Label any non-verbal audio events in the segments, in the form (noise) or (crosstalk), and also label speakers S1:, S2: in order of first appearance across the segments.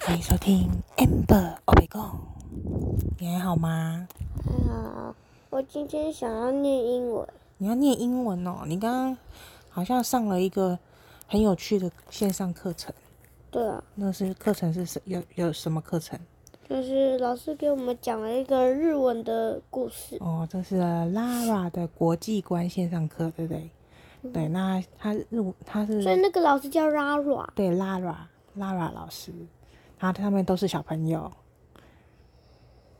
S1: 欢迎收听 Amber 欧北贡，你还好吗？
S2: 好，嗯我今天想要念英文。
S1: 你要念英文哦，你刚刚好像上了一个很有趣的线上课程，
S2: 对啊，
S1: 那是课程是什有有什么课程？
S2: 就是老师给我们讲了一个日文的故事。
S1: 哦，这是 Lara 的国际观线上课，对不对？对，那他日他是
S2: 所以那个老师叫 Rara，
S1: 对 Lara Lara 老师，然后他们都是小朋友，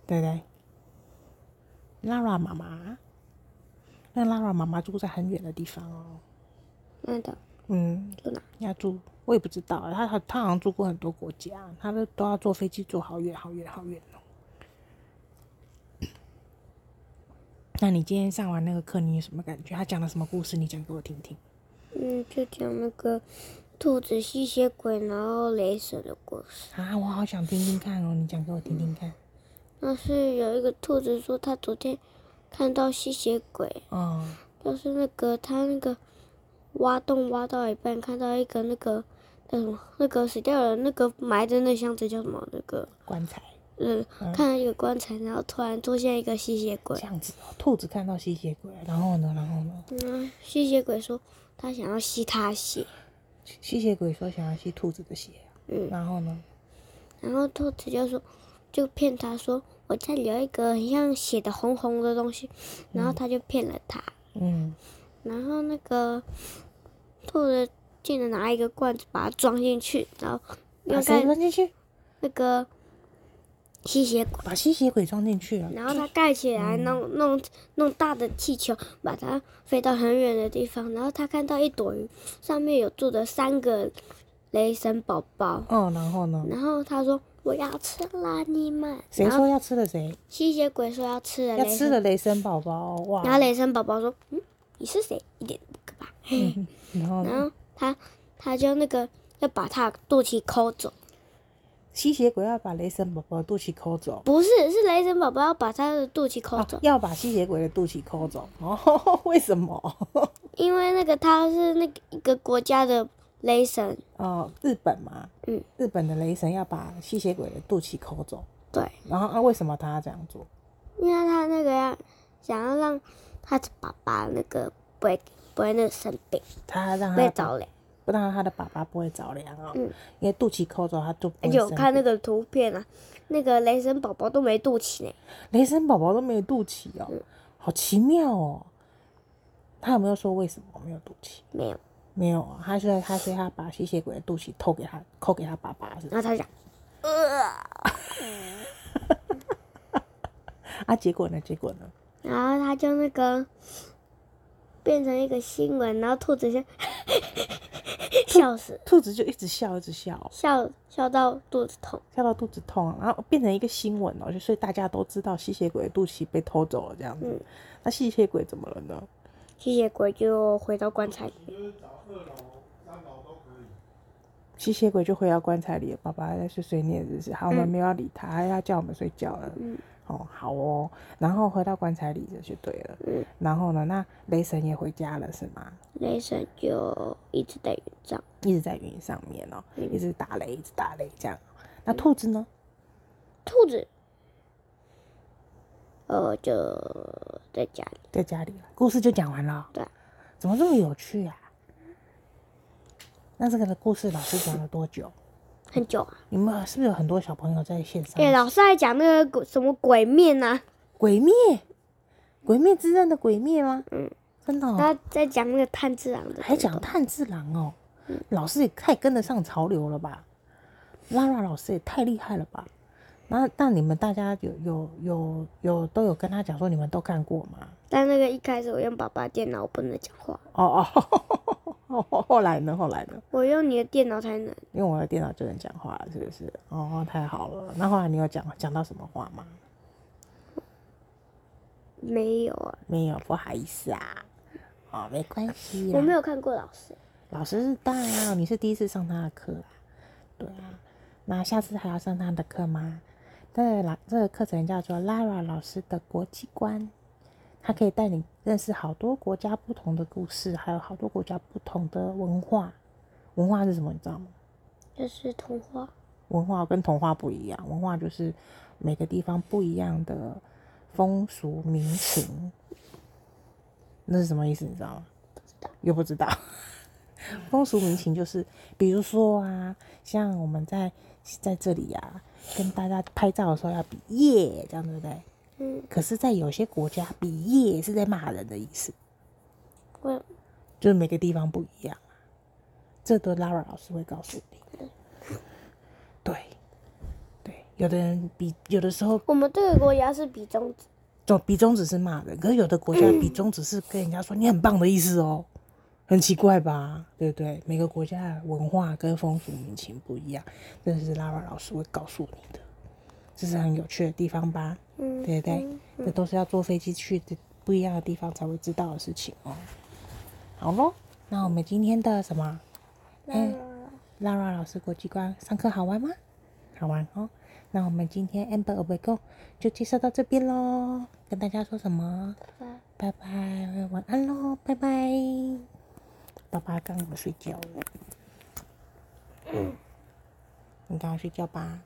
S1: 对不对？Lara 妈妈，那 Lara 妈妈住在很远的地方哦，
S2: 那的
S1: 嗯，
S2: 住哪？
S1: 要住我也不知道，她好她好像住过很多国家，她都都要坐飞机坐好远好远好远哦。那你今天上完那个课，你有什么感觉？他讲了什么故事？你讲给我听听。
S2: 嗯，就讲那个兔子、吸血鬼，然后雷神的故事。
S1: 啊，我好想听听看哦，你讲给我听听看。
S2: 那是有一个兔子说，他昨天看到吸血鬼，
S1: 哦，
S2: 就是那个他那个挖洞挖到一半，看到一个那个那什么那个死掉了那个埋的那箱子叫什么那个。
S1: 棺材。
S2: 嗯，看到一个棺材，然后突然出现一个吸血鬼
S1: 这。样子、哦，兔子看到吸血鬼，然后呢，然后呢，
S2: 嗯，吸血鬼说他想要吸他血，
S1: 吸吸血鬼说想要吸兔子的血，啊
S2: 嗯
S1: 然后呢，
S2: 然后兔子就说，就骗他说我家里有一个很像血的红红的东西，然后他就骗了他，
S1: 嗯，
S2: 然后那个兔子竟然拿一个罐子把它装进去，然后
S1: 把
S2: 要
S1: 谁
S2: 盖
S1: 扔进去？
S2: 那个吸血鬼，
S1: 把吸血鬼装进去了。啊
S2: 然后他盖起来
S1: 嗯
S2: 弄弄弄大的气球，把它飞到很远的地方，然后他看到一朵云，上面有住着三个雷神宝宝。
S1: 哦，然后呢？
S2: 然后他说我要吃了你们。
S1: 谁
S2: 然后
S1: 说要吃的谁？
S2: 吸血鬼说要吃了
S1: 要
S2: 雷
S1: 吃
S2: 神，
S1: 的雷森宝宝啊哇！
S2: 然后雷神宝宝说嗯你是谁？一点都不可怕。
S1: 然后
S2: 然后他他就那个要把他的肚脐抠走，
S1: 吸血鬼要把雷森宝宝的肚脐抠走，
S2: 不是是雷神宝宝要把他的肚脐抠
S1: 啊
S2: 走，
S1: 要把吸血鬼的肚脐抠走。哦， (laughs) 为什么？
S2: 因为那个他是那个一个国家的雷神，
S1: 哦，日本嘛，
S2: 嗯，
S1: 日本的雷神要把吸血鬼的肚脐抠走，
S2: 对，
S1: 然后啊，为什么他要这样做？
S2: 因为他那个要想要让他的爸爸那个不会不会那个生病，
S1: 他让
S2: 不
S1: 他
S2: 会
S1: 的
S2: 着凉。
S1: 不然他的爸爸不会着凉哦，因为肚脐抠走他就不
S2: 而
S1: 会
S2: 且我
S1: 生
S2: 哎看那
S1: 病
S2: 个图片啊，那个雷神宝宝都没肚脐呢。
S1: 雷神宝宝都没有肚脐哦，好奇妙哦。他有没有说为什么没有肚脐？
S2: 没有。
S1: 没有啊，他说他说他把吸血鬼的肚脐偷给他扣给他爸爸是不是
S2: 然后他讲，
S1: 啊，结果呢？结果呢？
S2: 然后他就那个变成一个新闻，然后兔子就 (laughs) 笑死，
S1: 兔子就一直笑，一直笑哦，
S2: 笑笑到肚子痛。
S1: 笑到肚子痛，啊然后变成一个新闻哦，就所以大家都知道吸血鬼的肚脐被偷走了这样子。那吸血鬼怎么了呢？
S2: 吸血鬼就回到棺材里面，
S1: 吸血鬼就回到棺材里了，爸爸在碎碎念，是不是？好，
S2: 嗯
S1: 我们没有要理他，哎他要叫我们睡觉了。哦，好哦，然后回到棺材里了就对了。
S2: 嗯
S1: 然后呢，那雷神也回家了是吗？
S2: 雷神就一直在云上，
S1: 一直在云上面哦，
S2: 嗯
S1: 一直打雷，一直打雷这样。那兔子呢？
S2: 兔子，呃，就在家里。
S1: 在家里了。故事就讲完了。
S2: 对，
S1: 怎么这么有趣啊？那这个的故事老师讲了多久？
S2: 很久啊，
S1: 你们是不是有很多小朋友在线上？
S2: 哎、老师还讲那个鬼什么鬼面啊呐、
S1: 鬼灭，鬼灭之刃的鬼灭吗？
S2: 嗯，
S1: 真的、哦。
S2: 他在讲那个炭治郎的，
S1: 还讲炭治郎哦，老师也太跟得上潮流了吧？拉拉老师也太厉害了吧？那那你们大家有有有有都有跟他讲说你们都看过吗？
S2: 但那个一开始我用爸爸电脑，我不能讲话，
S1: 哦哦， (laughs) 后来呢？后来呢？
S2: 我用你的电脑才能。
S1: 因为我的电脑就能讲话了，是不是？哦，太好了。那后来你有讲讲到什么话吗？
S2: 没有啊，
S1: 没有，不好意思啊。哦，没关系啦。
S2: 我没有看过老师。
S1: 老师是当然啊，你是第一次上他的课啊，对啊，那下次还要上他的课吗？这个老这个课程叫做 Lara 老师的国际观，他可以带你认识好多国家不同的故事，还有好多国家不同的文化。文化是什么？你知道吗？
S2: 这是童话，
S1: 文化跟童话不一样，文化就是每个地方不一样的风俗民情。那是什么意思？你知道吗？又不知道。 (laughs) 风俗民情就是，比如说啊，像我们在在这里啊，跟大家拍照的时候要比耶，这样对不对？
S2: 嗯，
S1: 可是，在有些国家，比耶是在骂人的意思，
S2: 我
S1: 就是每个地方不一样啊。这都 Lara 老师会告诉你。 (laughs) 对，对，有的人比，有的时候
S2: 我们这个国家是比中指，
S1: 总比中指是骂人，可是有的国家
S2: 嗯
S1: 比中指是跟人家说你很棒的意思哦，很奇怪吧？对不对？每个国家的文化跟风俗民情不一样，这是拉拉老师会告诉你的，这是很有趣的地方吧？
S2: 嗯，
S1: 对不对？这都是要坐飞机去的不一样的地方才会知道的事情哦。好咯，那我们今天的什么？嗯拉拉老师国际观上课好玩吗？好玩哦。那我们今天 Amber a w a k 就介绍到这边喽，跟大家说什么？拜拜，晚安喽，拜拜。爸爸嗯刚好睡觉了，你赶快睡觉吧。